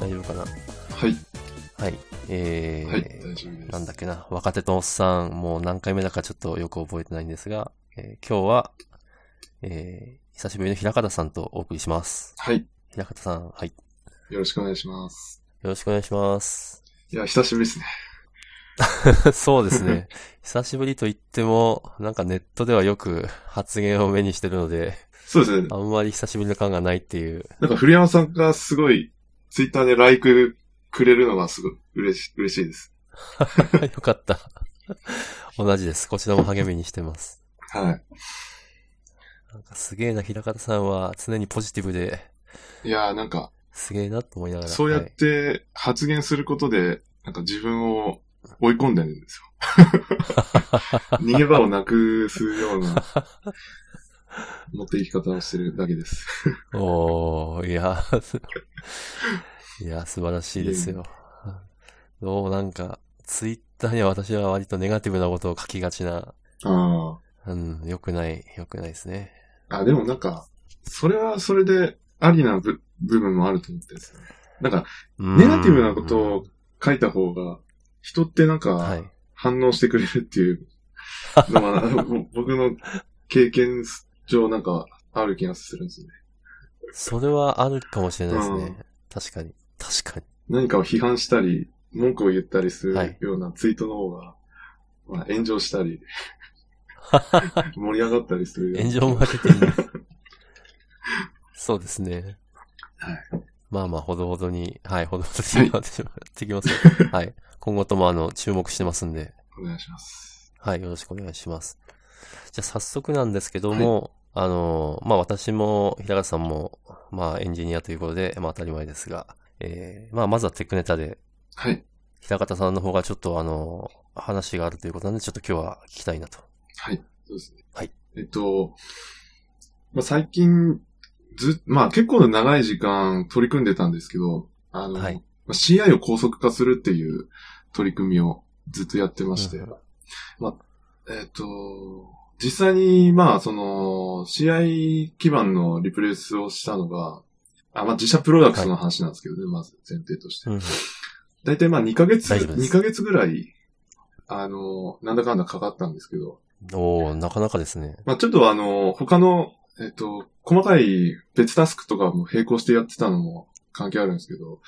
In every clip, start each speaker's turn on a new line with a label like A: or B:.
A: 大丈夫かな
B: はい。
A: はい。えー、
B: はい、大丈夫です。
A: なんだっけな、若手とおっさん、もう何回目だかちょっとよく覚えてないんですが、えー今日は、えー久しぶりの平方さんとお送りします。
B: はい。
A: 平方さん、はい。よ
B: よろしくお願いします。
A: ろしくお願いし ます。
B: いや、久しぶりですね。
A: そうですね。 久しぶりと言っても、なんかネットではよく発言を目にしてるので、
B: そうですね。
A: あんまり久しぶりの感がないっていう。
B: なんか古山さんがすごい、ツイッターでライクくれるのがすごい嬉し嬉しいです。
A: よかった。 同じです。こちらも励みにしてます。
B: は
A: なんかすげえな、平方さんは常にポジティブで、
B: い。いやーなんか、
A: すげえなと思いながら。
B: そうやっ
A: はい
B: て発言することで、なんか自分を追い込んでるんですよ。逃げ場をなくすような、持っていき方をしてるだけです。
A: おー、いや、す いや、素晴らしいですよ。どうもなんか、ツイッターには私は割とネガティブなことを書きがちな、
B: あ
A: うん、良くない、良くないですね。
B: あ。あ、でもなんか、それはそれでありな部部分もあると思ってるんですよね。なんか、
A: うん
B: ネガティブなことを書いた方が、人ってなん
A: はい
B: か、。反応してくれるっていうのが、ぼ 僕の経験上なんか、ある気がするんですね。
A: それはあるかもしれないです
B: う
A: ね
B: ん。
A: 確かに。確かに。
B: 何かを批判したり、文句を言ったりす
A: はい
B: るようなツイートの方が、まあ、炎上した り、盛り上がったりするよう
A: 炎
B: な。
A: 上マーケティング。そうですね。
B: はい
A: まあまあ、ほどほどに、はい、ほどほどにやってきますよ。はい。今後ともあの、注目してますんで、
B: お願いします。
A: はい、よろしくお願いします。じゃあ早速なんですけども、あの、まあ私も、平川さんも、まあエンジニアということで、まあ当たり前ですが、えー、まあまずはテクネタで、
B: はい。
A: 平方さんの方がちょっとあの、話があるということなんで、ちょっと今日は聞きたいなと。
B: はい。そうですね。
A: はい。
B: えっと、まあ、最近、ず、まあ、結構の長い時間取り組んでたんですけど、あの、
A: はい
B: まあ、CI を高速化するっていう取り組みをずっとやってまして、
A: うん
B: まあ、えっと、実際に、まあ、その、CI 基盤のリプレイスをしたのが、あ、まあ、自社プロダクトの話なんですけどね、まず前提として。
A: うん。
B: だいたいまあ、2ヶ月、
A: 大丈夫です
B: 2ヶ月ぐらい、あの、なんだかんだかかったんですけど、
A: おー、なかなかですね。
B: まあちょっとあの、他の、えっと、細かい別タスクとかも並行してやってたのも関係あるんですけど、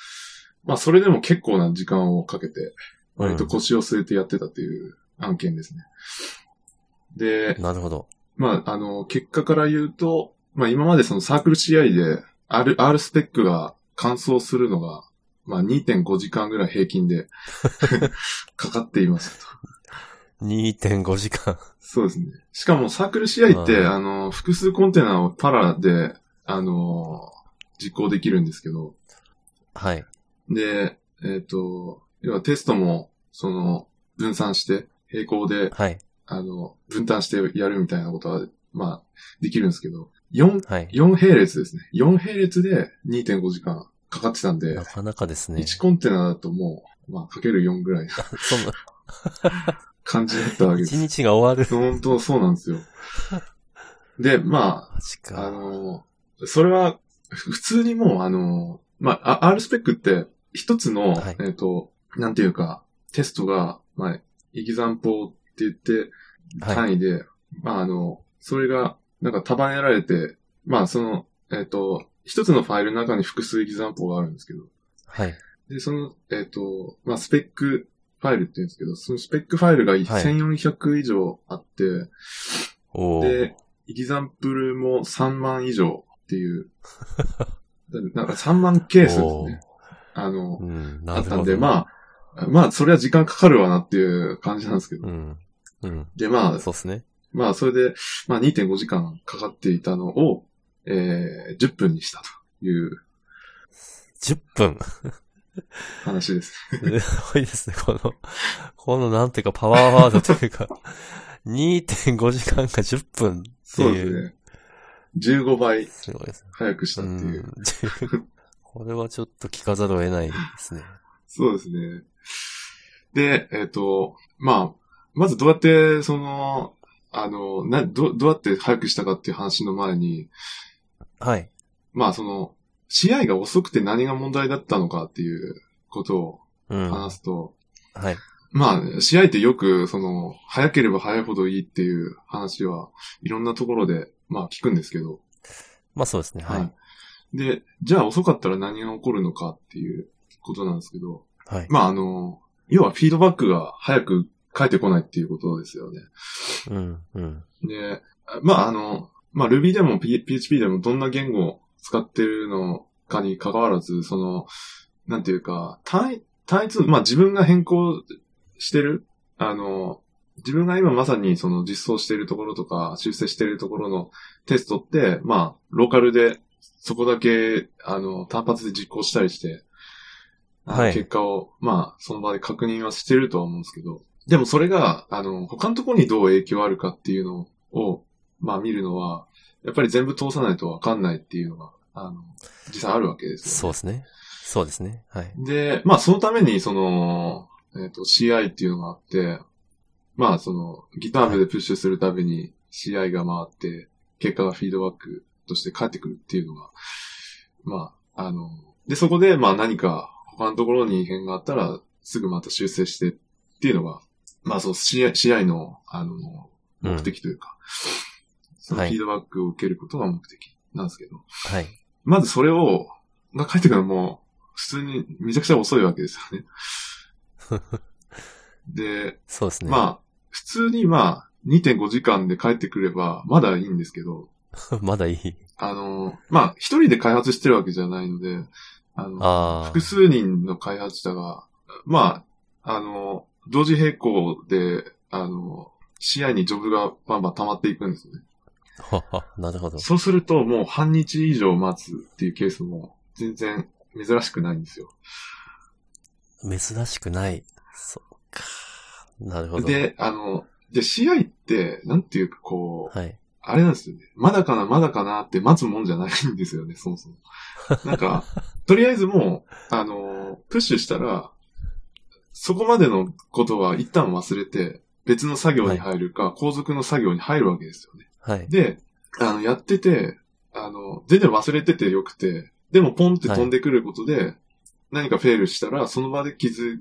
B: まあそれでも結構な時間をかけて、割と腰を据えてやってたという案件ですね。で、
A: なるほど。
B: まあ、あの、結果から言うと、まあ、今までそのサークル CI で R、R スペックが完走するのが、まあ、2.5時間ぐらい平均で かかっていますと。
A: 2.5時間。
B: そうですね。しかもサークル CI って、
A: はい
B: あの、複数コンテナをパラで、あの、実行できるんですけど、
A: はい。
B: で、えっ、と、要はテストも、その、分散して、並行で、
A: はい。
B: あの、分担してやるみたいなことは、まあ、できるんですけど、4、
A: はい。
B: 4並列ですね。4並列で2.5時間かかってたんで
A: な、かなかですね。
B: 1コンテナだともう、まあ、かける4ぐらい な
A: そ んな、
B: 感じだったわけで
A: 1
B: す。
A: 日が終わる。
B: 本当そうなんですよ。で、まあ、
A: マジ
B: あ
A: か。
B: の、それは、ふ普通にもう、あの、まあ、あ R スペックって、一つの、
A: はい
B: えっ、と、なんていうか、テストが、まあ、エキザンポーって言って、
A: はい
B: 単位で、まあ、あの、それが、なんか束ねられて、まあ、その、えっ、と、一つのファイルの中に複数エキザンポーがあるんですけど、
A: はい。
B: で、その、えっ、と、まあ、スペックファイルって言うんですけど、そのスペックファイルが1400以上あって、
A: おー
B: で、エキザンプルも3万以上って いう。だなんか3万ケースですね。あの
A: う、ん、な
B: あ
A: る
B: っ
A: ほ
B: た
A: ど。
B: んで、まあ、まあ、それは時間かかるわなっていう感じなんですけど
A: う。ん。うん。
B: で、まあ、
A: そうですね。
B: まあ、それで、まあ、2.5時間かかっていたのを、えー、10分にしたという
A: 10分。
B: 話です。
A: すごいですね、この、このなんていうかパワーワードというか、2.5時間か10分って
B: そうで
A: いう。
B: すね。15倍
A: すごいですね。
B: 早くした
A: う
B: っていう。
A: ん。これはちょっと聞かざるを得ないですね。
B: そうですね。で、えっ、と、まあ、まずどうやって、その、あの、な、ど、どうやって早くしたかっていう話の前に、
A: はい。
B: まあ、その、試合が遅くて何が問題だったのかっていうことを
A: うん。は
B: 話すと、
A: い。
B: まあ、試合ってよく、その、早ければ早いほどいいっていう話はいろんなところで、まあ聞くんですけど、
A: まあそうですね。は。
B: はいい。で、じゃあ遅かったら何が起こるのかっていうことなんですけど、
A: はい。
B: まああの、要はフィードバックが早く返ってこないっていうことですよね。
A: うん。うん。
B: で、まああの、まあ Ruby でも P- PHP でもどんな言語を使ってるのかに関わらず、その、なんていうか、単位、単一、まあ自分が変更してる、あの、自分が今まさにその実装してるところとか修正してるところのテストって、まあ、ローカルでそこだけ、あの、単発で実行したりして、あの
A: はい
B: 結果を、まあ、その場で確認はしてるとは思うんですけど、でもそれが、あの、他のところにどう影響あるかっていうのを、まあ見るのは、やっぱり全部通さないとわかんないっていうのが、あの、実際あるわけです
A: そう
B: よ、ね。
A: ですね。そうですね。はい。
B: で、まあそのために、その、えっ、と、CI っていうのがあって、まあその、GitHub でプッシュするたびに CI が回って、結果がフィードバックとして返ってくるっていうのが、まあ、あの、で、そこで、まあ何か他のところに異変があったら、すぐまた修正してっていうのが、まあそう、CI, CI の、あの、
A: うん。
B: 目的というか、その
A: は
B: フ
A: い
B: ィードバックを受けることが目的なんですけど、
A: はい。
B: まずそれを、が帰ってくるのも、普通にめちゃくちゃ遅いわけですよね。 で、
A: そうですね。
B: まあ、普通にまあ、2.5時間で帰ってくれば、まだいいんですけど、
A: あ。 まだいい。
B: あの、まあ、一人で開発してるわけじゃないので、あの、
A: ああ。
B: 複数人の開発者が、まあ、あの、同時並行で、あの、視野にジョブがバンバン溜まっていくんですよね。
A: ははなるほど。
B: そうすると、もう半日以上待つっていうケースも全然珍しくないんですよ。
A: 珍しくない。そっか。なるほど。
B: で、あの、で、CI って、なんていうかこう、
A: はい。
B: あれなんですよね。まだかな、まだかなって待つもんじゃないんですよね、そもそも。なんか、とりあえずもう、あの、プッシュしたら、そこまでのことは一旦忘れて、別の作業に入るか、後続の作業に入るわけですよね。
A: はい。
B: で、あの、やってて、あの、全然忘れててよくて、でもポンって飛んでくることで、何かフェールしたら、その場で気づ、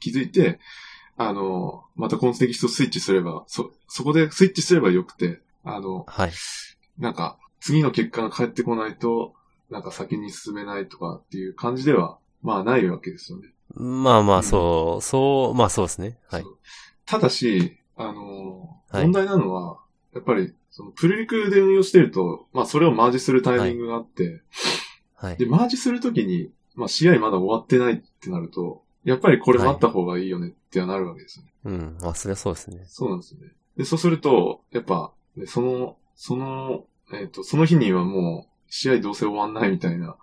B: 気づいて、あの、またコンテキストスイッチすれば、そ、そこでスイッチすればよくて、あの、
A: はい。
B: なんか、次の結果が返ってこないと、なんか先に進めないとかっていう感じでは、まあないわけですよね。
A: まあま
B: う
A: あ、
B: ん
A: そう、そう、まあそうですね。はい
B: そ。うただし、あのー
A: はい
B: 問題なのは、やっぱり、そのプルリクで運用してると、まあそれをマージするタイミングがあって、
A: はい
B: で、。マージするときに、まあ試合まだ終わってないってなると、やっぱりこれ待った方がいいよねってはなるわけですよね。
A: うん。まあ、そりゃそうですね。
B: そうなんですよね。で、そうすると、やっぱ、ねその、その、えっ、と、その日にはもう、試合どうせ終わんないみたいな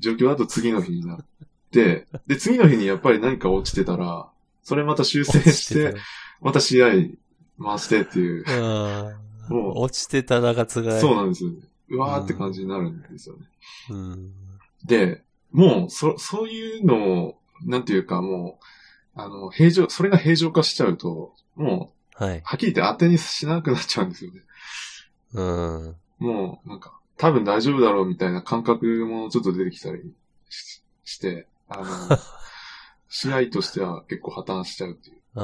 B: 状況だと次の日になって、で、次の日にやっぱり何か落ちてたら、それまた修正して、また試合回してっていう、
A: うん。
B: も
A: 落ちてたらがつ
B: う、
A: がい。
B: そう
A: う。
B: なんですよね。うわーって感じになるんですよね。
A: うん。
B: で、もう、そ、そういうのを、なんていうかもう、あの、平常、それが平常化しちゃうと、もう、
A: はい。
B: はっきり言って当てにしなくなっちゃうんですよね。
A: うん。
B: もう、なんか、多分大丈夫だろうみたいな感覚もちょっと出てきたりしして、あの、試合としては結構破綻しちゃうっていう。
A: あ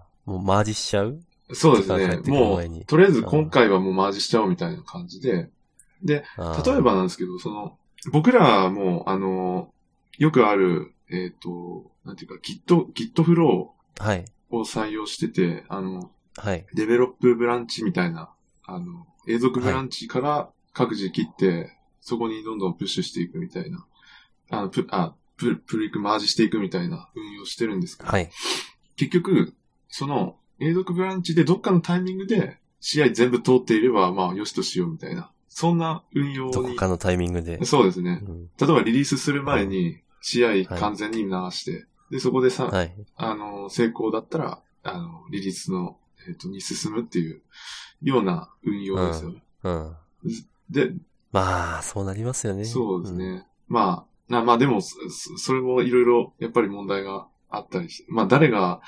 A: あ。もうマージしちゃう
B: そうです
A: 時間
B: ね
A: が入っ。てくる
B: も
A: 前に
B: う、とりあえず今回はもうマージしちゃおうみたいな感じで、例え。ば
A: あ
B: なんですけど、その、僕らも、あの、よくある、えっ、と、なんていうか、Git、Git フロ
A: ーはい。
B: ーを採用してて、あの、
A: はい。
B: デベロップブランチみたいな、あの、永続ブランチから各自切って、そこにどんどんプッシュしていくみたいな、あの、プ、あ、プ、プリクマージしていくみたいな運用してるんですけど、
A: はい。
B: 結局、その、永続ブランチでどっかのタイミングで、試合全部通っていれば、まあ、よしとしようみたいな、そんな運用
A: どこ
B: に、
A: かのタイミングで。
B: そうですね。
A: うん
B: 例えばリリースする前に試合完全に流して、で、そこでさ、
A: はい。
B: あの、成功だったら、あの、リリースの、えっ、と、に進むっていうような運用ですよね。
A: うん。
B: で、
A: まあ、そうなりますよね。
B: そうですね。まあ、なまあでも、そそそれもいろいろ、やっぱり問題があったりして、まあ誰が、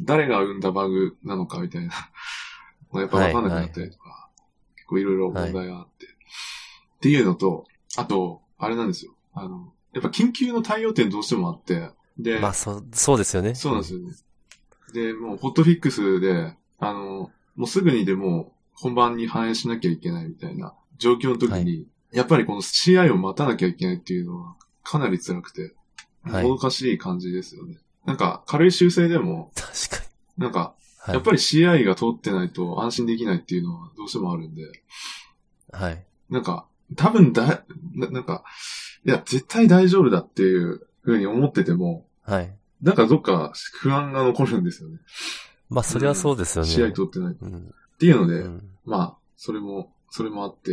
B: 誰が生んだバグなのかみたいな、 まあやっぱわかんなくなったりとか、結構いろいろ問題があって、っていうのと、あと、あれなんですよ。あの、やっぱ緊急の対応点どうしてもあって、で、
A: まあ、そう、そうですよね。
B: そうなんですよね。で、もうホットフィックスで、あの、もうすぐにでも本番に反映しなきゃいけないみたいな状況の時に、
A: は
B: やっぱりこの CI を待たなきゃいけないっていうのはかなり辛くて、
A: は
B: も
A: い
B: どかしい感じですよね。なんか軽い修正でも、
A: 確かに。
B: なんか、
A: はい。
B: やっぱり CI が通ってないと安心できないっていうのはどうしてもあるんで、
A: はい。
B: なんか、多分だ、ななんか、いや、絶対大丈夫だっていうふうに思ってても、
A: はい。
B: なんかどっか不安が残るんですよね。
A: まあ、それはそうですよね。
B: 試合取ってない。っ
A: うん。
B: ていうので、
A: うん。
B: まあ、それも、それもあって、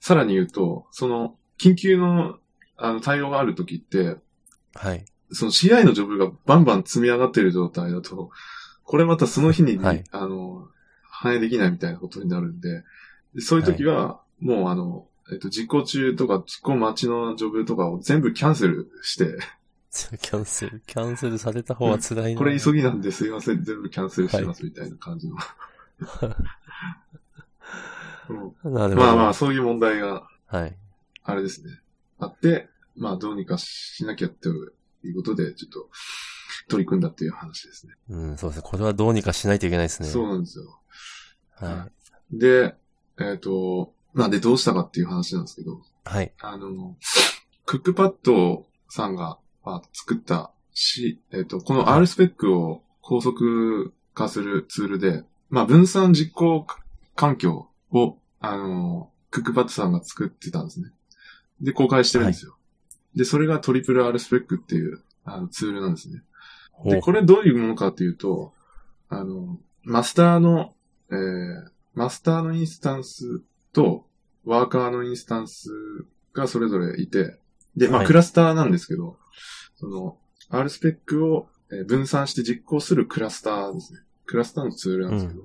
B: さらに言うと、その、緊急の、あの、対応があるときって、
A: はい。
B: その CI のジョブがバンバン積み上がってる状態だと、これまたその日に、
A: はい
B: あの、反映できないみたいなことになるんで、でそういう時は、もうあの、えっと、実行中とか、実行待ちのジョブとかを全部キャンセルして、
A: キャンセル、キャンセルされた方は辛いな。
B: これ急ぎなんですいません、全部キャンセルしてますみたいな感じの。 うん
A: なるほど。
B: まあまあ、そういう問題が、
A: はい。
B: あれですね、あって、まあどうにかしなきゃっていうことで、ちょっと取り組んだっていう話ですね。
A: うん、そうですね。これはどうにかしないといけないですね。
B: そうなんですよ。
A: は
B: で、えっ、と、なんでどうしたかっていう話なんですけど、
A: い。はい。
B: あの、クックパッドさんが、まあ、作ったし、えっ、と、この R スペックを高速化するツールで、まあ、分散実行環境を、あの、クックパッドさんが作ってたんですね。で、公開してるんですよ。で、それがトリプル R スペックっていうあのツールなんですね。で、
A: お
B: これどういうものかっていうと、あの、マスターの、えー、マスターのインスタンスと、ワーカーのインスタンスがそれぞれいて、で、ま
A: は
B: あ、
A: い
B: クラスターなんですけど、その、R スペックをえー分散して実行するクラスターですね。クラスターのツールなんですけど。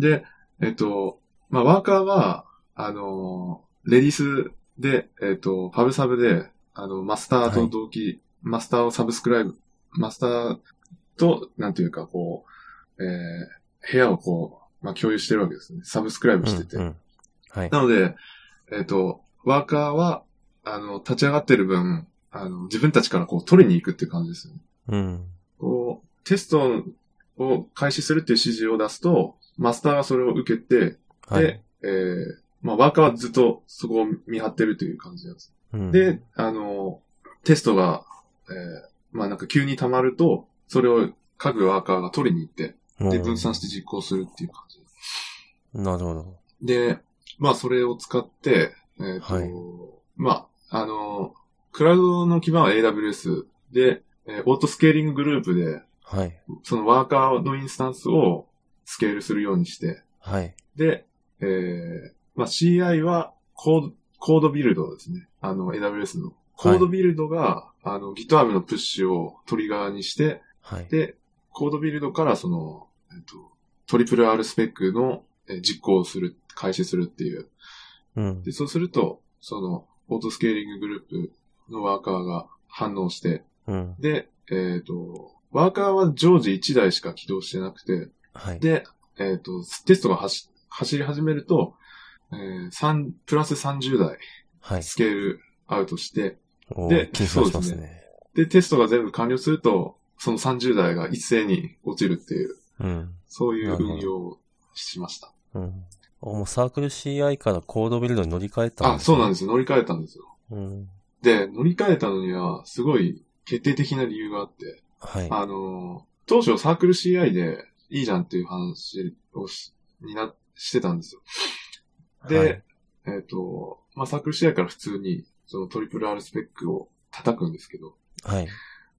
B: で、えっ、と、まあ、ワーカーは、あのーレディスで、えっ、と、パブサブで、あの、マスターと同期、マスターをサブスクライブ、マスターと、なんていうか、こう、えー、部屋をこう、まあ、共有してるわけですね。サブスクライブしてて。
A: うんうんはい。
B: なので、えっ、と、ワーカーは、あの、立ち上がってる分、あの、自分たちからこう、取りに行くって感じですよね。
A: うん。
B: こう、テストを開始するっていう指示を出すと、マスターがそれを受けて、
A: はい。
B: で、えー、まあ、ワーカーはずっとそこを見張ってるという感じなんです。
A: うん、
B: で、あの、テストが、えーまあなんか急に溜まると、それを各ワーカーが取りに行って、
A: うん
B: で、分散して実行するっていう感じ。
A: なるほど。
B: で、まあそれを使って、えっ、と、
A: はい
B: まあ、あの、クラウドの基盤は AWS で、えーオートスケーリンググループで、
A: はい。
B: そのワーカーのインスタンスをスケールするようにして、
A: はい。
B: で、えーまあ CI はコード、コードビルドですね。あの、AWS の。コードビルドが、あの、GitHub のプッシュをトリガーにして、
A: はい。
B: で、コードビルドからその、えっと、トリプル R スペックのえー実行をする、開始するっていう。
A: うん
B: で、。そうすると、その、オートスケーリンググループのワーカーが反応して、
A: うん。
B: で、えっ、と、ワーカーは常時1台しか起動してなくて、
A: はい。
B: で、えっ、と、テストが走走り始めると、えー、3、プラス30台
A: はい。
B: スケールアウトして、
A: おー
B: で
A: 緊張しますね。
B: で、テストが全部完了すると、その30台が一斉に落ちるっていう、
A: うん。
B: そういう運用をしました。
A: うん。おもうサークル CI からコードビルドに乗り換えた
B: あ、そうなん
A: で
B: ですよ。乗り換えたんですよ。
A: すね。うん。
B: で、乗り換えたのには、すごい決定的な理由があって、
A: はい。
B: あのー、当初サークル CI でいいじゃんっていう話をし、にな、してたんですよ。で、
A: はい
B: えっ、と、まあ、サークル試合から普通に、そのトリプル R スペックを叩くんですけど、
A: はい。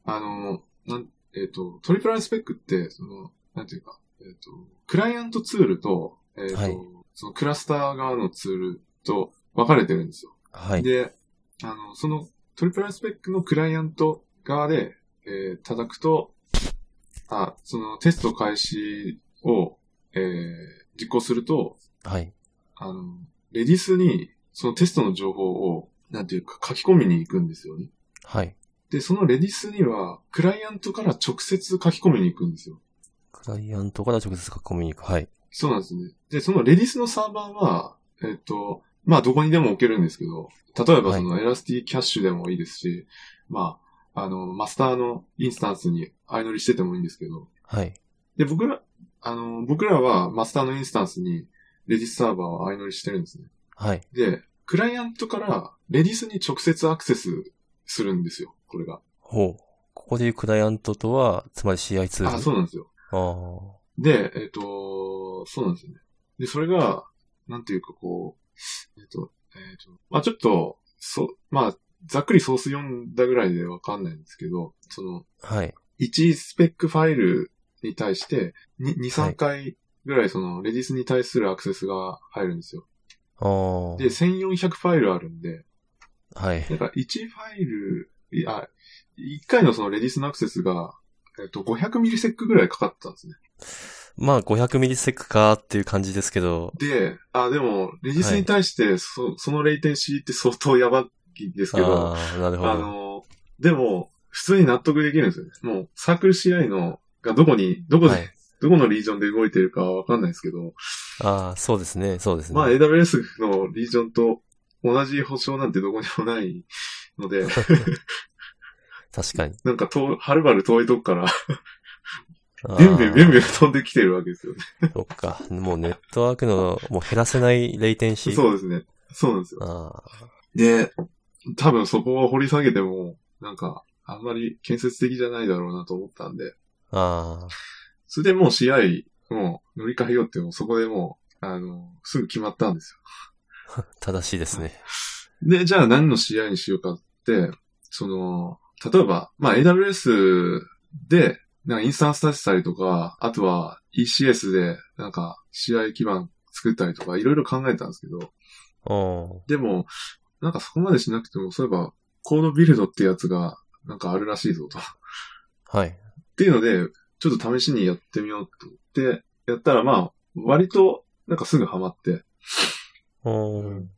B: あの、なん、えっ、と、トリプル R スペックって、その、なんていうか、えっ、と、クライアントツールと、えっ、と、
A: はい
B: そのクラスター側のツールと分かれてるんですよ。
A: はい。
B: で、あの、そのトリプル R スペックのクライアント側で、えー叩くと、あ、そのテスト開始を、えー実行すると、
A: はい。
B: あの、レディスに、そのテストの情報を、なんていうか書き込みに行くんですよね。
A: はい。
B: で、そのレディスには、クライアントから直接書き込みに行くんですよ。
A: クライアントから直接書き込みに行く。はい。
B: そうなんですね。で、そのレディスのサーバーは、えっ、と、まあ、どこにでも置けるんですけど、例えばそのエラスティキャッシュでもいいですし、まあ、あの、マスターのインスタンスに相乗りしててもいいんですけど、
A: はい。
B: で、僕ら、あの、僕らはマスターのインスタンスにレディスサーバーを相乗りしてるんですね。
A: はい。
B: で、クライアントからレディスに直接アクセスするんですよ、これが。
A: ほう。ここでいうクライアントとは、つまり CI ツール。
B: あ、そうなんですよ。
A: あ
B: で、えっ、と、そうなんですよね。で、それが、なんていうかこう、えっ、と、えっ、と、まあちょっと、そ、まあざっくりソース読んだぐらいでわかんないんですけど、その、
A: あ。はい。
B: 1スペックファイルに対して、2、
A: は
B: 3
A: い
B: 回ぐらいその、レディスに対するアクセスが入るんですよ。
A: ああ。
B: で、1400ファイルあるんで、
A: はい。
B: なんか1ファイル、いあ、1回のそのレディスのアクセスが、えっ、と、500ミリセックぐらいかかったんですね。
A: まあ、500ミリセックかっていう感じですけど、
B: で、あ、でも、レディスに対して、そ、そのレイテンシーって相当やばいんですけど、
A: ああ、なるほ
B: あ
A: ど。
B: の、でも、普通に納得できるんですよね。もう、サークル CI の、がどこに、どこで、
A: はい。
B: どこのリージョンで動いてるかはわかんないですけど、
A: ああ、そうですね、そうですね。
B: まあ、AWS のリージョンと同じ保証なんてどこにもないの で、
A: 確かに。
B: なんか遠、はるばる遠いとこから、
A: ああ
B: ビュンビュンビュンビュン飛んできてるわけですよね。
A: そっか。もうネットワークの、もう減らせないレイテンシー。
B: そう
A: う。
B: ですね。そうなんですよ。
A: ああ、
B: で、多分そこを掘り下げても、なんか、あんまり建設的じゃないだろうなと思ったんで、
A: ああ、
B: それでもう CI もう乗り換えようってもうそこでもう、あの、すぐ決まったんです
A: 正しいですね。
B: よ。で、じゃあ何の CI にしようかって、その、例えば、まあ AWS で、なんかインスタンス立てたりとか、あとは ECS で、なんか CI 基盤作ったりとか、いろいろ考えたんですけど、
A: うん。
B: でも、なんかそこまでしなくても、そういえば、コードビルドってやつが、なんかあるらしいぞと。
A: はい。
B: っていうので、ちょっと試しにやってみようと思って、やったらまあ、割と、なんかすぐハマって、
A: うん。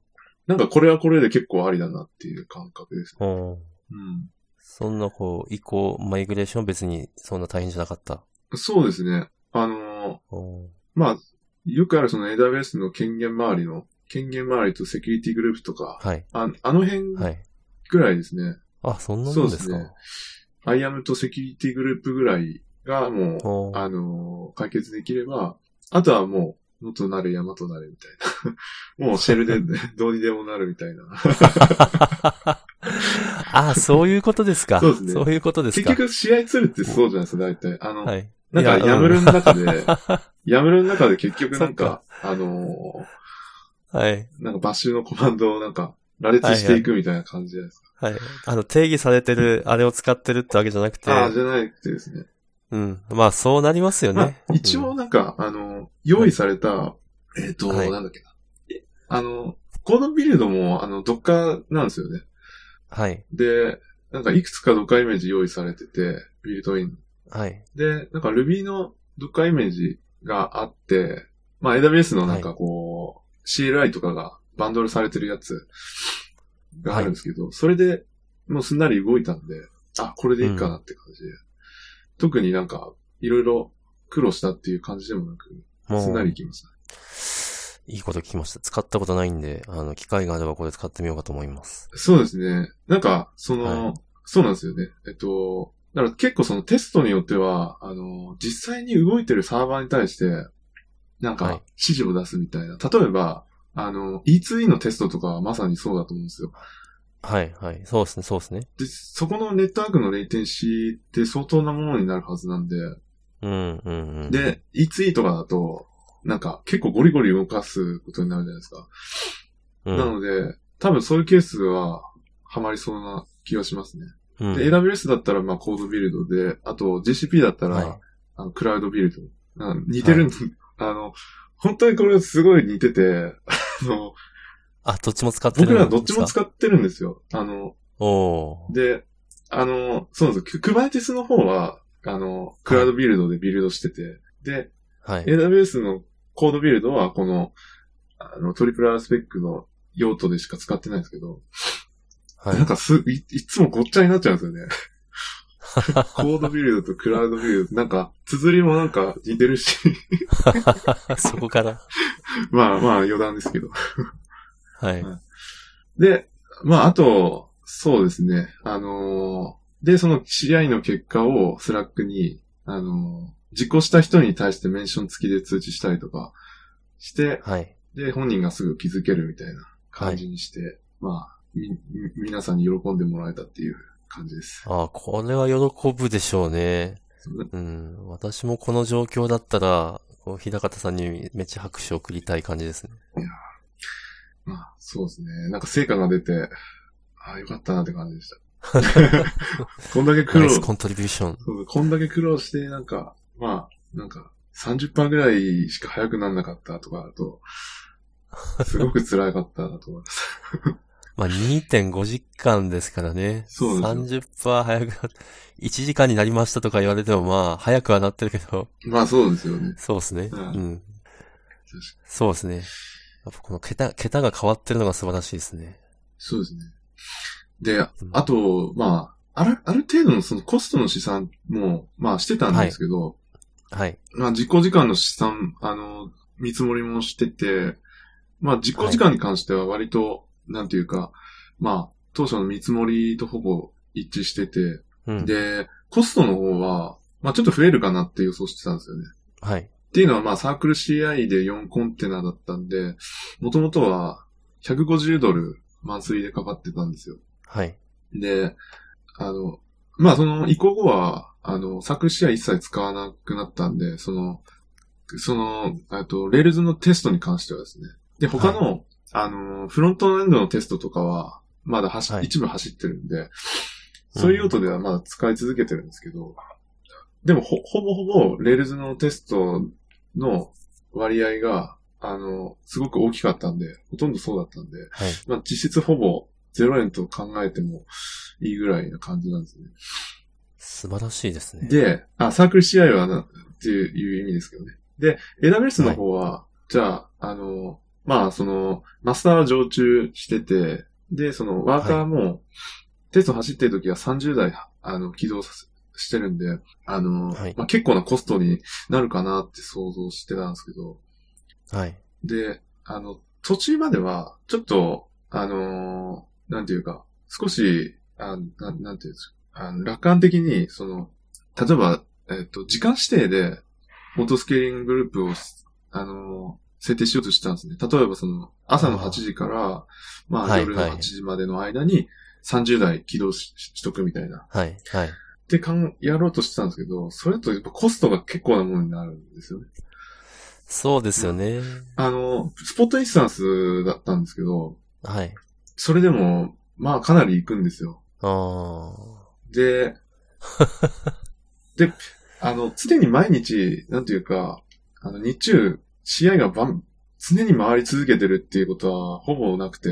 B: なんかこれはこれで結構ありだなっていう感覚です。
A: うん。
B: うん。
A: そんな、こう、移行、マイグレーション別にそんな大変じゃなかった。
B: そうですね。あのー
A: うん。
B: まあ、よくあるその AWS の権限周りの、権限周りとセキュリティグループとか、
A: はい。
B: ああの辺
A: はい。
B: ぐらいですね。
A: あ、そんな
B: そ
A: も
B: うんで
A: です
B: す
A: か。
B: ね。アイアムとセキュリティグループぐらいが
A: う
B: もう、
A: ん
B: あのー解決できれば、あとはもう、野となる山となるみたい な。もうシェルで、どうにでもなるみたいな。
A: あ、そういうことですか。
B: そうですね
A: いうことです
B: 結
A: か。
B: 局、試合ツールってそうじゃないですか、大体。あの、
A: はい。
B: なん
A: い
B: か、
A: や
B: やむるの 中で、やむるの中で結局
A: そ
B: な
A: っ
B: ん
A: か
B: か、あの
A: はい。
B: ーなんかバッシュのコマンドをなんか、羅列していくみたいな感じじゃないですか。
A: はい。あの、定義されてる、あれを使ってるってわけじゃなくて、
B: ああ、じゃなくてですね。
A: うん。まあ、そうなりますよ
B: まあ
A: ね。、
B: 一応なんか、あの、用意された、えっ、と、
A: はい
B: なんだっけな。えあの、コードビルドも、あの、ドッカーなんですよね。
A: はい。
B: で、なんかいくつかドッカーイメージ用意されてて、ビルトイン。
A: はい。
B: で、なんか Ruby のドッカーイメージがあって、まあ AWS のなんかこう、CLI とかがバンドルされてるやつがあるんですけど、それでもうすんなり動いたんで、あ、これでいいかなって感じで。特になんか、いろいろ苦労したっていう感じでもなく、
A: も
B: すんな
A: う
B: りい、きました。
A: いいこと聞きました。使ったことないんで、あの、機会があればこれ使ってみようかと思います。
B: そうですね。なんか、その、
A: はい
B: そうなんですよね。えっと、だから結構そのテストによっては、あの、実際に動いてるサーバーに対して、な
A: はい
B: んか指示を出すみたいな。例えば、あの、E2E のテストとかはまさにそうだと思うんですよ。
A: はい、はい。そうですね、そうですね。
B: で、そこのネットワークのレイテンシーって相当なものになるはずなんで、
A: うん、うん、うん。、
B: で、E2E とかだと、なんか結構ゴリゴリ動かすことになるじゃないですか。
A: うん、
B: なので、多分そういうケースは、ハマりそうな気がしますね。
A: うん、
B: で AWS だったらまあコードビルドで、あと GCP だったら、
A: はい
B: あのクラウドビルド。あの似てるん、あの、本当にこれすごい似てて、あの、
A: あ、どっちも使ってる
B: 僕らどっちも
A: う。
B: 使ってるんですよ。あの、
A: おー
B: で、あの、そうなんですよ。Kubernetes の方は、あの、クラウドビルドでビルドしてて、で、
A: はい。
B: AWS のコードビルドはこの、あの、トリプル R スペックの用途でしか使ってないんですけど、
A: はい
B: なん。かす、い、いつもごっちゃになっちゃうんですよね。 コードビルドとクラウドビルド、なんか、綴りもなんか似てるし、
A: そこから。
B: まあまあ余談ですけど。
A: はい。
B: で、まあ、あと、そうですね。あのーで、その知り合いの結果をスラックに、あのー実行した人に対してメンション付きで通知したりとかして、
A: はい。
B: で、本人がすぐ気づけるみたいな感じにして、まあ、み、み皆さんに喜んでもらえたっていう感じです。
A: ああ、これは喜ぶでしょうね。
B: そう
A: うん。私もこの状況だったら、こう、日高さんにめっちゃ拍手を送りたい感じですね。
B: まあ、そうですね。なんか成果が出て、ああ、よかったなって感じ でした。こんだけ苦
A: ナ
B: 労
A: イスコントリビューション。
B: そうこんだけ苦労して、なんか、まあ、なんか、30%ぐらいしか早くなんなかったとかだと、すごく辛かったなと思います。
A: まあ、2.5時間ですからね。
B: そうですよ
A: 30%早くな、1時間になりましたとか言われても、まあ、早くはなってるけど、
B: まあそうですよね。
A: そうですね。
B: うん
A: うん。
B: 確かに
A: そうですね。やっぱこの桁、桁が変わってるのが素晴らしいですね。
B: そうですね。で、あと、まあ、ある、ある程度のそのコストの試算も、まあしてたんですけど、
A: はい。
B: まあ実行時間の試算、あの、見積もりもしてて、まあ実行時間に関しては割と、なんていうか、まあ当初の見積もりとほぼ一致してて、
A: うん。
B: で、コストの方は、まあちょっと増えるかなって予想してたんですよね。
A: はい。
B: っていうのは、まあサークル CI で4コンテナだったんで、もともとは150ドルマンスリーでかかってたんですよ。
A: はい。
B: で、あの、まあその移行後は、あの、サークル CI 一切使わなくなったんで、その、その、えっと、レールズのテストに関してはですね。で、他の、あの、フロントエンドのテストとかは、まだ走、
A: はい
B: 一部走ってるんで、そういう用途ではまだ使い続けてるんですけど、でもほ、ほぼほぼ、レールズのテストの割合が、あの、すごく大きかったんで、ほとんどそうだったんで、
A: はい。
B: まあ、実質ほぼ0円と考えてもいいぐらいな感じなんですね。
A: 素晴らしいですね。
B: で、あ、サークル試合はな、っていう意味ですけどね。で、AWS の方は、じゃあ、あの、まあ、その、マスターは常駐してて、で、その、ワーカーも、テスト走ってる時は30台、あの、起動させしてるんで、あの、
A: はい
B: まあ、結構なコストになるかなって想像してたんですけど、
A: はい。
B: で、あの、途中までは、ちょっと、あのーなんていうか、少し、あななんていうんですか、あの楽観的に、その、例えば、えっと、時間指定で、オートスケーリンググループをし、あのー設定しようとしてたんですね。例えば、その、朝の
A: あー
B: 8時から、ま
A: は
B: あ、
A: い
B: 夜の8時までの間に、30台起動しししとくみたいな。
A: はい。はい。
B: ってかん、やろうとしてたんですけど、それだとやっぱコストが結構なものになるんですよね。
A: そうですよね。
B: あの、スポットインスタンスだったんですけど、
A: はい。
B: それでも、まあかなり行くんですよ。
A: ああ。
B: で、で、あの、常に毎日、なんていうか、あの、日中、試合がばん、常に回り続けてるっていうことはほぼなくて、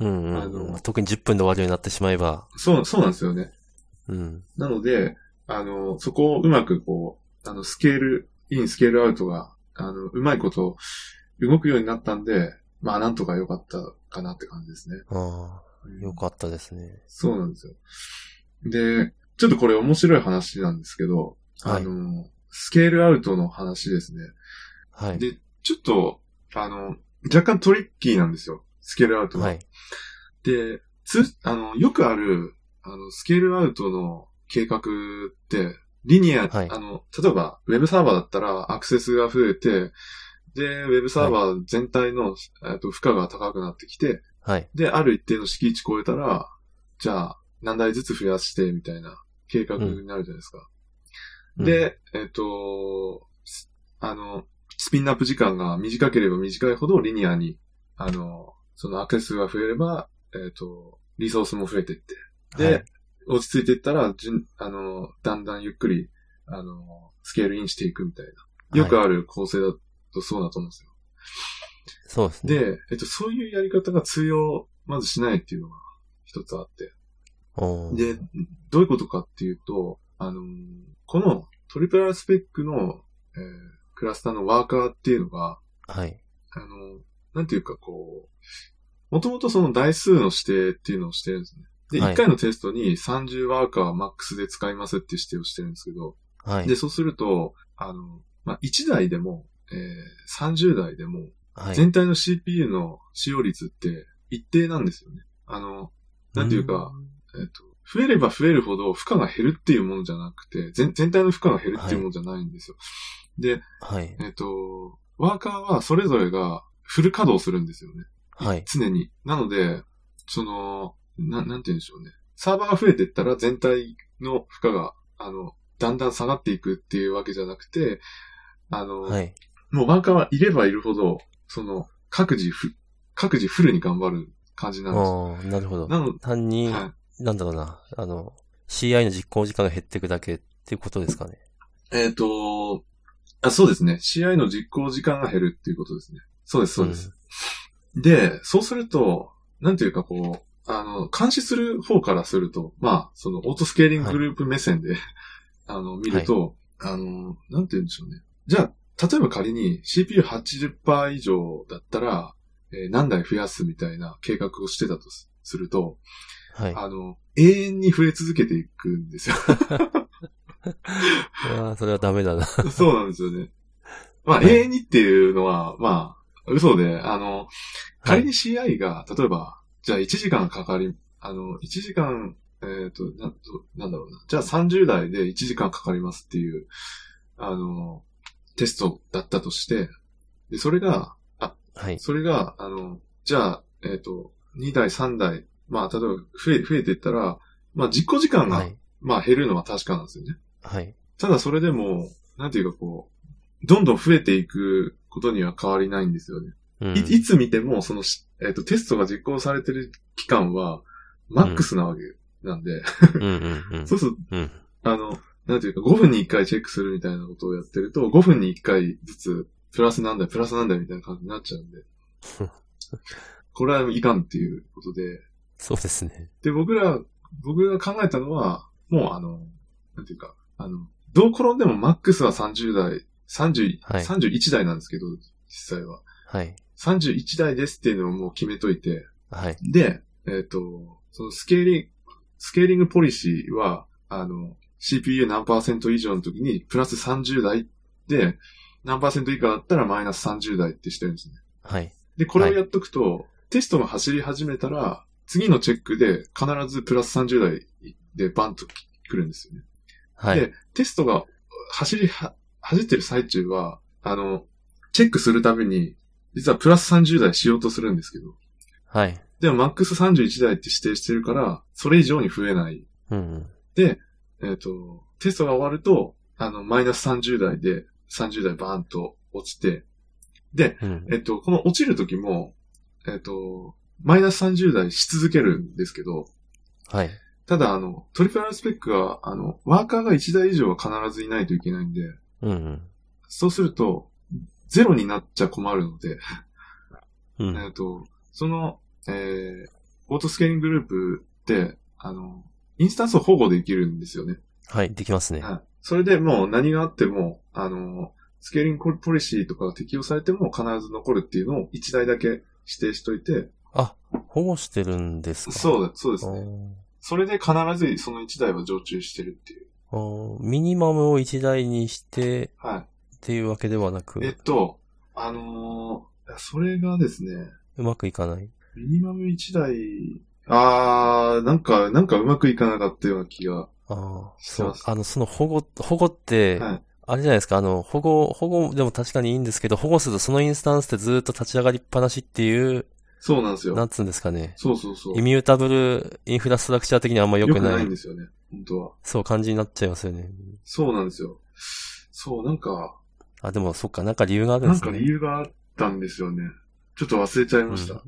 A: うん
B: あ
A: うん、う
B: の
A: ん。特に10分で終わるようになってしまえば。
B: そう、そうなんですよね。
A: うん。
B: なので、あの、そこをうまくこう、あの、スケールイン、スケールアウトが、あの、うまいこと動くようになったんで、まあなんとか良かったかなって感じですね。
A: ああ、よかったですね。
B: そうなんですよ。で、ちょっとこれ面白い話なんですけど、
A: はい
B: あの、スケールアウトの話ですね。
A: はい。
B: で、ちょっと、あの、若干トリッキーなんですよ。スケールアウトが。
A: はい。
B: で、つ、あの、よくある、あの、スケールアウトの計画って、リニア、
A: はい
B: あの、例えば、ウェブサーバーだったら、アクセスが増えて、で、ウェブサーバー全体の、えっと、負荷が高くなってきて、
A: はい。
B: で、ある一定の敷地超えたら、じゃあ、何台ずつ増やして、みたいな計画になるじゃないですか。
A: うん、
B: で、えっ、と、すあの、スピンアップ時間が短ければ短いほどリニアに、あの、そのアクセスが増えれば、えっ、と、リソースも増えていって、で
A: はい、
B: 落ち着いていったら、じゅんあの、だんだんゆっくり、あの、スケールインしていくみたいな。よくある構成だとそうだと思うんですよ。
A: そうですね。
B: で、えっと、そういうやり方が通用、まずしないっていうのが一つあって。
A: おー
B: で、どういうことかっていうと、あのーこのトリプルアスペックの、えークラスターのワーカーっていうのが、
A: はい。
B: あのーなんていうかこう、もともとその台数の指定っていうのをしてるんですね。で、
A: はい
B: 1回のテストに30ワーカーマックスで使いますっていう指定をしてるんですけど、
A: はい
B: で、。そうすると、あの、まあ、1台でも、えー30台でも、
A: はい。
B: 全体の CPU の使用率って一定なんですよね。あの、なんていうか、えっと、増えれば増えるほど負荷が減るっていうものじゃなくて、全全体の負荷が減るっていうものじゃないんですよ。で、
A: はい。
B: えっと、ワーカーはそれぞれがフル稼働するんですよね。
A: はい。
B: 常に。なので、その、ななんて言うんでしょうね。サーバーが増えていったら全体の負荷が、あの、だんだん下がっていくっていうわけじゃなくて、あの、
A: はい。
B: もうワーカーはいればいるほど、その、各自ふ、各自フルに頑張る感じ
A: あ
B: なんですよ。
A: あ、なるほど。
B: なの
A: 単に、
B: はい、
A: なんだろうな、あの、CI の実行時間が減っていくだけっていうことですかね。
B: えっ、とあ、そうですね。CI の実行時間が減るっていうことですね。そうです、そうです。で、そうすると、なんていうかこう、あの、監視する方からすると、まあ、その、オートスケーリンググループ目線で、 あの、見ると、あの、なんて言うんでしょうね。じゃあ、例えば仮に CPU80% 以上だったら、えー何台増やすみたいな計画をしてたとすすると、
A: はい。あ
B: あの、永遠に増え続けていくんですよ。
A: あ、それはダメだな。
B: そうなんですよね。まあ、
A: はい
B: 永遠にっていうのは、まあ、嘘で、あの、仮に CI が、例えば、じゃあ1時間かかり、あの、1時間、えっ、とな、なんだろうな。じゃあ30代で1時間かかりますっていう、あの、テストだったとして、で、それが、
A: はい。
B: それが、あの、じゃあ、えっ、と、2台、3台、まあ、例えば増え、増えていったら、まあ、実行時間が、
A: はい。
B: まあ、減るのは確かなんですよね。
A: はい。
B: ただそれでも、なんていうかこう、どんどん増えていくことには変わりないんですよね。
A: うん
B: いいつ見ても、そのし、えっ、と、テストが実行されてる期間は、マックスなわけなんで、
A: うんうんうん。
B: そうする
A: うん。
B: と、あの、なんていうか、5分に1回チェックするみたいなことをやってると、5分に1回ずつ、プラスなんだよ、プラスなんだよ、みたいな感じになっち ゃうんで。これはいかんっていうことで、
A: そうですね。
B: で、僕ら、僕が考えたのは、もうあの、なんていうか、あの、どう転んでもマックスは30台、30、
A: はい
B: 31台なんですけど、実際は。
A: はい。
B: 31台ですっていうのをもう決めといて、
A: はい。
B: で、えっ、と、そのスケーリング、スケーリングポリシーは、あの、CPU 何パーセント以上の時に、プラス30台で、何パーセント以下だったらマイナス30台ってしてるんですね。
A: はい。
B: で、これをやっとくと、テストが走り始めたら、次のチェックで必ずプラス30台でバンと来るんですよね。
A: はい。
B: で、テストが走りは、走ってる最中は、あの、チェックするたびに、実はプラス30台しようとするんですけど、
A: はい。
B: でもマックス31台って指定してるから、それ以上に増えない。
A: うんうん。
B: えっ、と、テストが終わると、あの、マイナス30台で、30台バーンと落ちて、
A: うん。
B: えっと、この落ちる時も、えっと、マイナス30台し続けるんですけど、
A: はい。
B: ただ、あの、トリプルアルスペックは、あの、ワーカーが1台以上は必ずいないといけないんで、
A: うんうん。
B: そうすると、ゼロになっちゃ困るので、
A: う
B: え
A: ん。
B: っと、その、えー、オートスケーリンググループって、あの、インスタンスを保護できるんですよね。
A: はい。できますね。
B: はい。それでもう何があっても、あの、スケーリングポリシーとかが適用されても必ず残るっていうのを1台だけ指定しといて、
A: あ、保護してるんですかう
B: そうだ、そうですね。
A: ね。
B: それで必ずその1台は常駐してるっていう。
A: あーミニマムを1台にして
B: は。
A: っていうわけではない
B: えっ
A: く、
B: と、あのーそれがですね、
A: うまくいかない。
B: ミニマム1台、あー、なんか、なんかうまくいかなかったような気が。
A: ああ、
B: して
A: そ
B: ま
A: う
B: す。
A: あの、その保護、保護って、
B: はい
A: あれじゃないですか、あの、保護、保護でも確かにいいんですけど、保護するとそのインスタンスでずっと立ち上がりっぱなしっていう、
B: そうなんです
A: な
B: よ。
A: んつうんですかね。
B: そうそうそう。
A: イミュータブルインフラストラクチャー的にあんま良
B: よ
A: く
B: く
A: ない。
B: ないんですよね。本当は。
A: そう感じになっちゃいますよね。
B: そうなんですよ。そう、なんか、
A: あ、でもそっか、なんか理由があるん
B: な
A: で
B: ん
A: すね。
B: か理由があったんですよね。ちょっと忘れちゃいました。
A: うん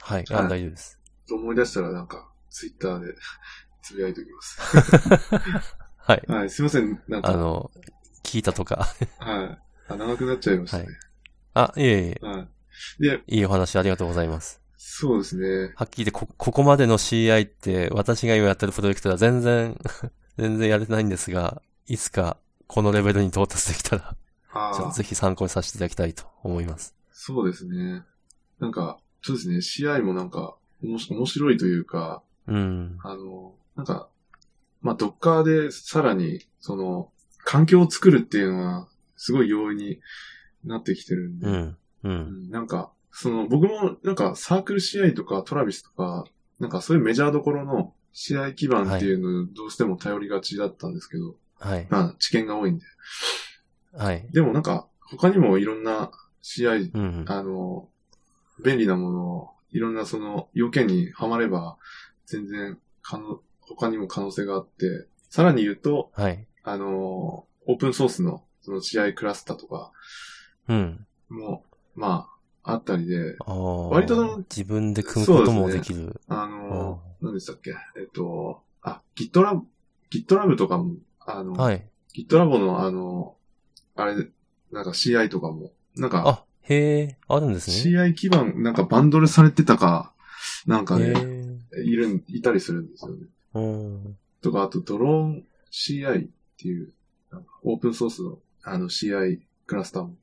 A: はい、あ、
B: は
A: 大
B: い
A: 丈夫です。
B: 思い出したらなんか、ツイッターで つぶやいておきます。
A: はい。
B: はい、すいません。なん
A: あ
B: か、
A: の、聞いたとか。
B: はい。あ長くなっちゃいましたね。
A: あ、いえいえ、
B: はい。で、
A: いいお話ありがとうございます。
B: そうですね。
A: はっきり言ってこ、ここまでの CI って、私が今やってるプロジェクトでは全然、 全然やれてないんですが、いつかこのレベルに到達できたら、
B: あ
A: ちょっと
B: あ、
A: ぜひ参考にさせていただきたいと思います。
B: そうですね。なんか、そうですね。試合もなんか、おもし面白いというか、
A: うん。
B: あの、なんか、まあ、ドッカーでさらに、その、環境を作るっていうのは、すごい容易になってきてるんで、
A: うん。う。
B: うんんなんか、その僕もなんかサークル試合とかトラビスとか、なんかそういうメジャーどころの試合基盤っていうのをどうしても頼りがちだったんですけど、
A: はい。
B: まあ知見が多いんで。
A: はい。
B: でもなんか他にもいろんな試合、
A: うんうん。
B: あの、便利なものを、いろんなその要件にはまれば、全然可能、他にも可能性があって、さらに言うと、
A: はい。
B: あの、オープンソースのその試合クラスターとか
A: うん。
B: も、まあ、あったりで、
A: ああ。
B: 割とその
A: 自分で組むこともできる。
B: あの、何でしたっけ、えっと、あ、GitLab、GitLab とかも、あの、
A: はい。
B: GitLab のあの、あれ、なんか CI とかも、なんか、
A: あ、へえ、あるんですね。
B: CI 基盤、なんかバンドルされてたか、なんか
A: へ
B: ね、
A: え。
B: いるん、いたりするんですよね。
A: うん。
B: とか、あと、ドローン CI っていう、なんかオープンソースの、あの CI クラスターも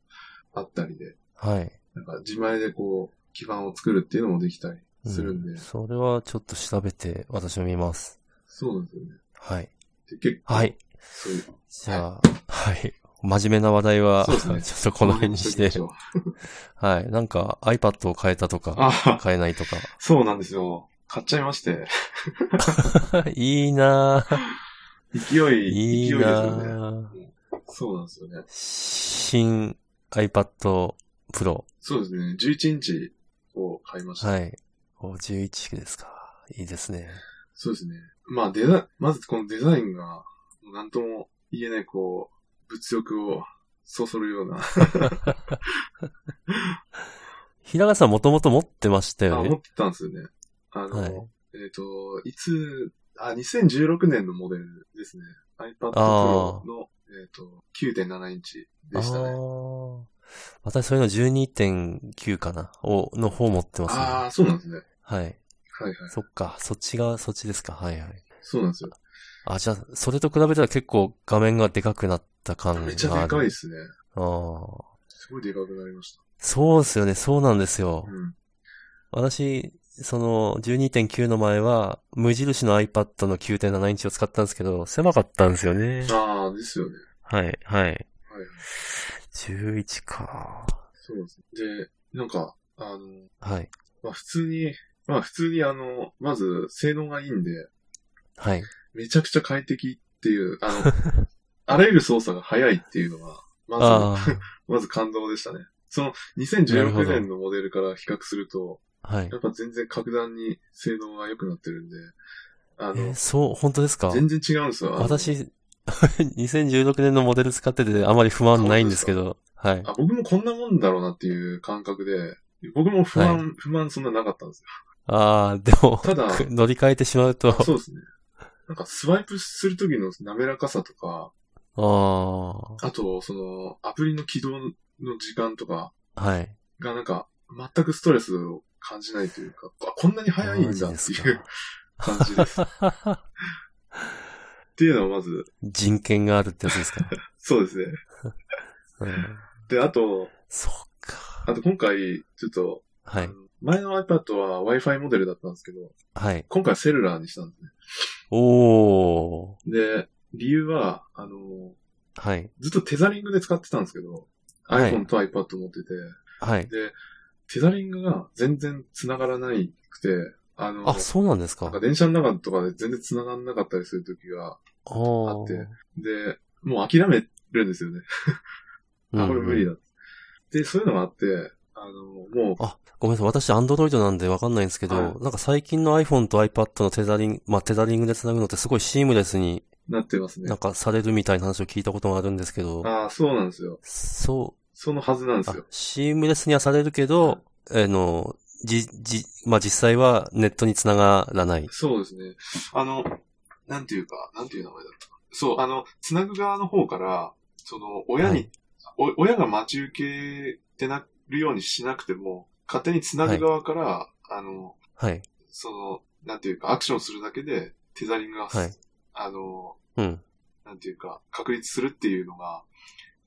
B: あったりで、
A: はい。
B: なんか自前でこう、基盤を作るっていうのもできたり
A: う
B: するんで、
A: それはちょっと調べて、私も見ます。
B: そうなんですよね。
A: はい。
B: で結構、
A: はい。
B: そういう、
A: じゃあ、はい。真面目な話題は、
B: そうです ね
A: ちょっとこの辺にして、
B: そういうこと
A: はい。なんか iPad を変えたとか、
B: あ、
A: 変えないとか。
B: そうなんですよ。買っちゃいまして。
A: いいなぁ。
B: 勢い、
A: いい
B: 勢いですよね。
A: なぁ。
B: そうなんですよね。
A: 新 iPad Pro。
B: そうですね。11インチを買いました。
A: はい。51ですか。いいですね。
B: そうですね。まあデザイン、まずこのデザインが、もうなんとも言えない、こう、物欲をそそるような。
A: 平川さんもともと持ってました
B: あ、
A: よ
B: 持っ
A: ね。
B: てたんですよね。あの、
A: はい
B: えっ、と、いつ、あ、2016年のモデルですね。iPad
A: あ
B: Pro の、えっ、と、9.7インチ
A: あ
B: でしたね。
A: ー私そういうの12.9かなを、の方持ってますね。
B: ああー、そうなんですね。
A: はい。
B: はいはい。
A: そっか。そっちが、そっちですか。はいはい。
B: そうなんですよ。
A: あ、じゃあ、それと比べたら結構画面がでかくなった感がある。
B: めっちゃでかいで
A: あ
B: すね。
A: あ。
B: すごいでかくなりまし
A: そうですよね。そうなんですよ
B: た。。うん。
A: 私、その、12.9の前は、無印の iPad の9.7インチを使ったんですけど、狭かったんですよね。
B: ああ、ですよね。
A: はい、はい。
B: はいはい。
A: 11か。
B: そうですね。で、なんか、あの、
A: はい、
B: まあ普通に、まあ普通にあの、まず性能がいいんで、
A: はい。
B: めちゃくちゃ快適っていう、あの、 あらゆる操作が早いっていうのが、ま
A: あ
B: ず、まず感動でしたね。その
A: なるほ
B: 2016
A: ど
B: 年のモデルから比較すると、
A: あ、はい
B: や。っぱ全然格段に性能が良くなってるんで、あ
A: えー
B: の、
A: そう、本当ですか
B: 全然違うんですよ。あの
A: 私、2016年のモデル使ってて、あまり不満ないんですけど、はい。
B: あ、僕もこんなもんだろうなっていう感覚で、僕も不安、不満そんななかったんです
A: ああ、でも、
B: ただ
A: 乗り換えてしまうと、
B: よ。そうですね。なんかスワイプするときの滑らかさとか、
A: あ
B: あと、その、アプリの起動の時間とか
A: あ、はい。
B: がなんか、全くストレスを感じないというか、あこんなに早いんだ
A: マ
B: って
A: ジ
B: い
A: で
B: う感じです。 っ
A: すか
B: ていうのはまず、
A: 人権があるってやつですか。
B: そうですね。
A: うん、
B: で、あと、
A: そっか。
B: あと今回、ちょっと、
A: は
B: あ
A: い
B: の。前の iPad は Wi-Fi モデルだったんですけど、
A: はい。
B: 今回セルラーにしたんです
A: おー。
B: ね。で、理由は、あの、
A: はい。
B: ずっとテザリングで使ってたんですけど、
A: はい
B: iPhone と iPad 持ってて、
A: はい。
B: で、テザリングが全然繋がらないくて、あの、
A: あ、そうなんですか。
B: なんか
A: あ
B: 電車の中とかで全然繋がんなかったりするときがあ
A: ー
B: って、で、もう諦めるんですよね。あ、これ無理
A: だ。
B: だ。で、そういうのがあって、あの、もう、
A: あ、ごめんなさい。私、アンドロイドなんでわかんないんですけど、
B: はい
A: なんか最近の iPhone と iPad のテザリング、まあ、テザリングで繋ぐのってすごいシームレスに
B: なってますね
A: な。んかされるみたいな話を聞いたことがあるんですけど、
B: ああ、そうなんですよ。
A: そ
B: そのはずなんで
A: う、あ
B: すよ。
A: シームレスにはされるけど、あ、の、じ、じ、まあ、実際はネットに繋がらない。
B: そうですね。あの、なんていうか、なんていう名前だったかそう、あの、繋ぐ側の方から、その、親に、お親が待ち受けてなるようにしなくても、勝手に繋ぐ側から、あの、
A: はい。
B: その、なんていうか、アクションするだけで、テザリングが、
A: はい
B: あの、
A: うん。
B: なんていうか、確立するっていうのが、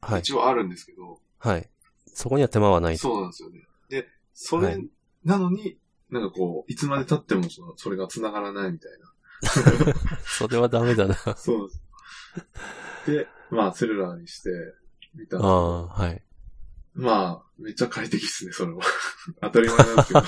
A: はい。
B: 一応あるんですけど、
A: はい。そこには手間はない。
B: そうなんですよね。で、それ、
A: はい
B: なのに、なんかこう、いつまで経ってもその、それが繋がらないみたい
A: それはダメだ な。
B: な。そうなんです。で、まあ、セルラーにして、みた
A: あ
B: ら、
A: あ、はい。
B: まあ、めっちゃ快適ですね、それは。 当たり前なんですけ ど。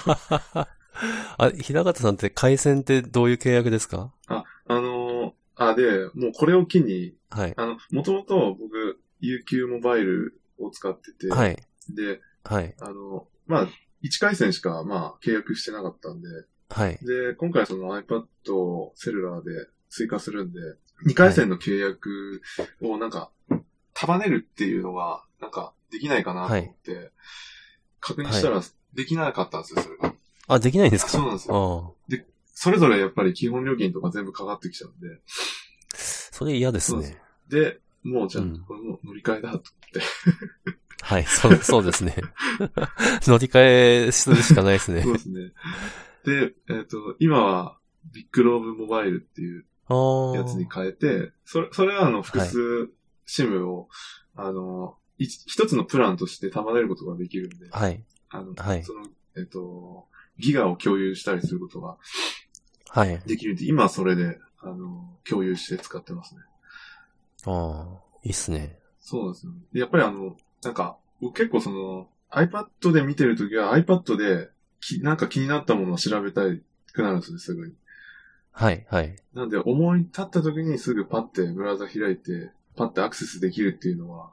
A: あ、平方さんって回線ってどういう契約ですか
B: あ、あのーあ、で、もうこれを機に、
A: はい。
B: あの、もともと僕、UQ モバイルを使ってて、
A: はい。
B: で、
A: はい。
B: あの、まあ、1回線しか、まあ、契約してなかったんで、
A: はい。
B: で、今回その iPad をセルラーで追加するんで、2回線の契約をなんか、束ねるっていうのが、なんか、できないかなと思って、確認したら、できなかったんですよ、それが。
A: あ、できないんですか
B: そうなんですよ。
A: ああ。
B: それぞれやっぱり基本料金とか全部かかってきちゃうんで、
A: それ嫌ですね。
B: で、もうじゃあ
A: うん、
B: これもう乗り換えだと。
A: はい。そう、そうですね。 乗り換えするしかないですね
B: そ。うですね。で、えっ、と、今は、ビッグローブモバイルっていう
A: ああ。
B: やつに変えて、それ、それはあの、複数シムを、あの、い一つのプランとして束ねることができるんで、
A: はい。
B: あの、
A: はい
B: その、えっ、と、ギガを共有したりすることが
A: はい。
B: できるんで、今はそれで、あの、共有して使ってますね。
A: ああ。いいっすね。
B: そうなんですよね。でやっぱりあの、なんか、僕結構その、iPad で見てるときは iPad でき、なんか気になったものを調べたくなるんですよね、すぐに。
A: はい。はい。
B: なんで、思い立ったときにすぐパッてブラウザ開いて、パッてアクセスできるっていうのは、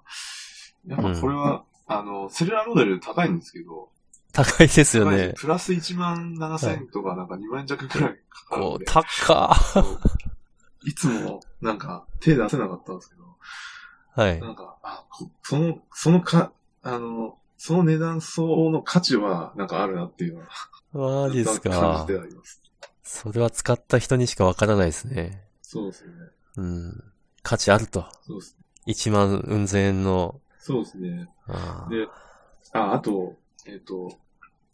B: やっぱこれは、あの、セルラーモデル高いんですけど、
A: 高いですよね。
B: プラス1万7千とかなんか2万弱くらいかかる
A: こ
B: ん
A: う、
B: で、
A: 高っ
B: いつもなんか手出せなかったんですけど、
A: はい。
B: なんか、あ、こその、そのか、あの、その値段相応の価値は、なんかあるなっていうのは、
A: マジっす
B: 感
A: か
B: じ。てあります。
A: それは使った人にしかわからないですね。
B: そうですね。
A: うん。価値あると。
B: そうですね。
A: 1万うん千円の。
B: そうですね。
A: あ
B: で、あ、あと、えっ、と、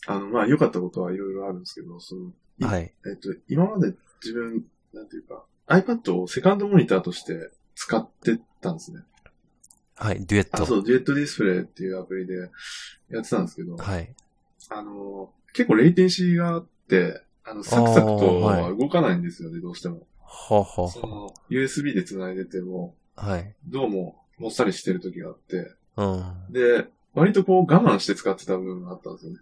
B: あの、まあ、良かったことはいろいろあるんですけど、その、
A: あはい。
B: えっ、と、今まで自分、なんていうか、iPad をセカンドモニターとして使ってたんですね。
A: はい。デュエッ
B: あ、
A: ト。
B: そう、デュエットディスプレイっていうアプリでやってたんですけど、
A: はい。
B: あの、結構レイテンシーがあって、あの、サクサクと
A: あーは
B: は動かないんですよね、どうしても。
A: ほうほう
B: そ
A: ほ
B: の、USB で繋いでても、
A: う。はい。
B: どうも、もっさりしてる時があって、
A: うん。
B: で、割とこう我慢して使ってた部分があったんですよ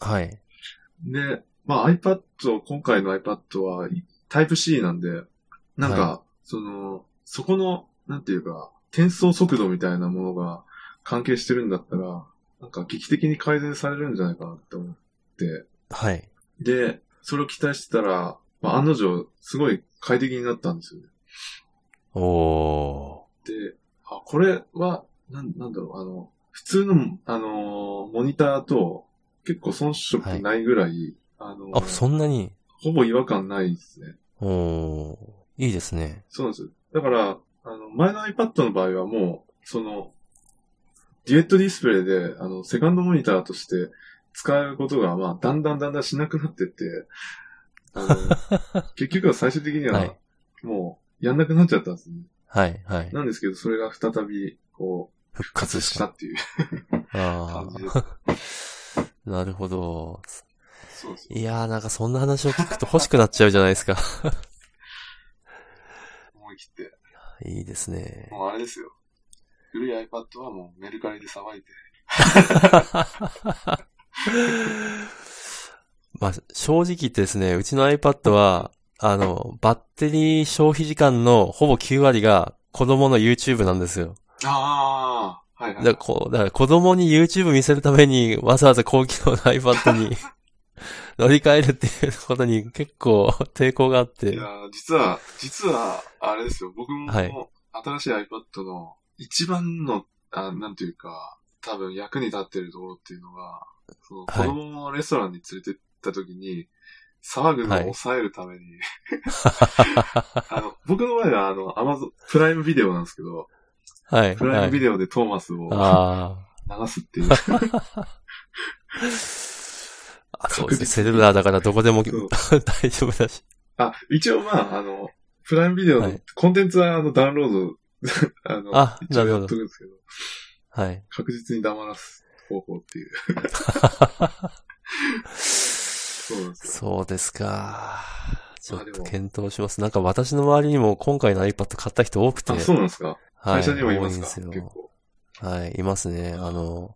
A: はい。
B: ね。で、まあ iPad、今回の iPad はタイプ C なんで、なんか、その、そこの、なんていうか、転送速度みたいなものが関係してるんだったら、なんか劇的に改善されるんじゃないかなって思って、
A: はい。
B: で、それを期待してたら、まあ、案の定、すごい快適になったんですよね。
A: おお
B: で、あ、これは、なん、なんだろう、あの、普通の、あのーモニターと、結構遜色ないぐらい、あの
A: ー。あ、そんなに。
B: ほぼ違和感ないですね。
A: おおー。いいですね。
B: そうなんですよ。だから、あの、前の iPad の場合はもう、その、デュエットディスプレイで、あの、セカンドモニターとして使うことが、まあ、だんだんだんだんしなくなってって、あ の、結局は最終的に
A: は、
B: はいもう、やんなくなっちゃったんですね。
A: はい。はい。
B: なんですけど、それが再び、こう、
A: 復
B: 復活
A: 活
B: し
A: したた。
B: っていう
A: あ
B: 感じです。
A: あ。なるほど。
B: そうですよ。
A: いやーなんかそんな話を聞くと欲しくなっちゃうじゃないですか。
B: 思い切って。
A: いいですね。
B: もうあれですよ。古い iPad はもうメルカリでさばいて。
A: まあ、正直言ってですね、うちの iPad は、あの、バッテリー消費時間のほぼ9割が子供の YouTube なんですよ。
B: ああ、はい
A: だ
B: はい。
A: からこうだから子供に YouTube 見せるためにわざわざ高機能の iPad に 乗り換えるっていうことに結構抵抗があっ
B: い
A: て
B: や。ー、実は、実は、あれですよ。僕も、
A: はい
B: 新しい iPad の一番の、あなんていうか、多分役に立ってるところっていうのが、その子
A: はい
B: 供をレストランに連れてった時に、騒ぐのを抑えるた めに、あの、僕の場合は、あの、アマゾン、プライムビデオなんですけど、
A: はい。
B: プライ
A: は
B: ムビ
A: い、
B: デオでトーマスを
A: あ
B: 流 すっていう、
A: あ。あ、そうですね。セルラーだからどこでも
B: そう
A: 大丈夫だし。
B: あ、一応まあ、あの、プライムビデオ
A: は
B: の
A: い
B: コンテンツは、あの、ダウンロード、 あの、
A: あ
B: 一応
A: なる
B: や
A: ほど
B: っとくんですけど、
A: はい。
B: 確実に黙らす方法っていう。そうなんですよ。
A: そうですか。ちょっ
B: あで
A: と
B: も
A: 検討します。なんか私の周りにも今回の iPad 買った人多くて。
B: あ、そうなんですか。
A: はい
B: 会社にもいますか
A: 多いんで
B: 結
A: すよ
B: 構。
A: はい、いますね。あの、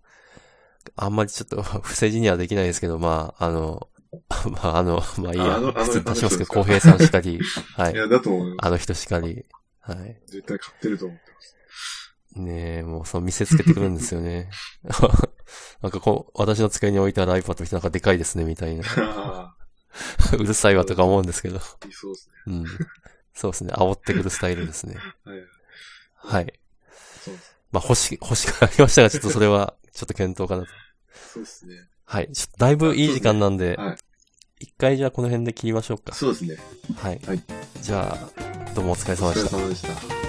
A: あんまりちょっと 不正事にはできないですけど、まあ、あの、 まあ、あの、まあいいや。
B: あのあの
A: 普通に出しますけど、
B: あの人ですか
A: 浩平さんしか り、はいい。
B: や、だと思います。
A: あの人しかり、はい。
B: 絶対買ってると思ってます。
A: ねえ、もうその見せつけてくるんですよね。 なんかこう、私の机に置いてある iPad みたいな、なんかでかいですね、みたいな。
B: あ
A: うるさいわとか思うんですけど。
B: あ、いそうですね。
A: うん。 そうですね。煽ってくるスタイルです ね。
B: はい。
A: はい。
B: そうです
A: まあ、星、 星がありましたが、ちょっとそれは、ちょっと検討かなと。
B: そうですね。
A: はい。ちょっとだいぶいい時間なんで
B: はい、
A: 一回じゃあこの辺で切りましょうか。
B: そうですね。
A: はい。
B: はい
A: じゃあ、どうもお疲れ
B: お
A: 様で
B: 疲
A: し
B: れ
A: た。
B: 様でした。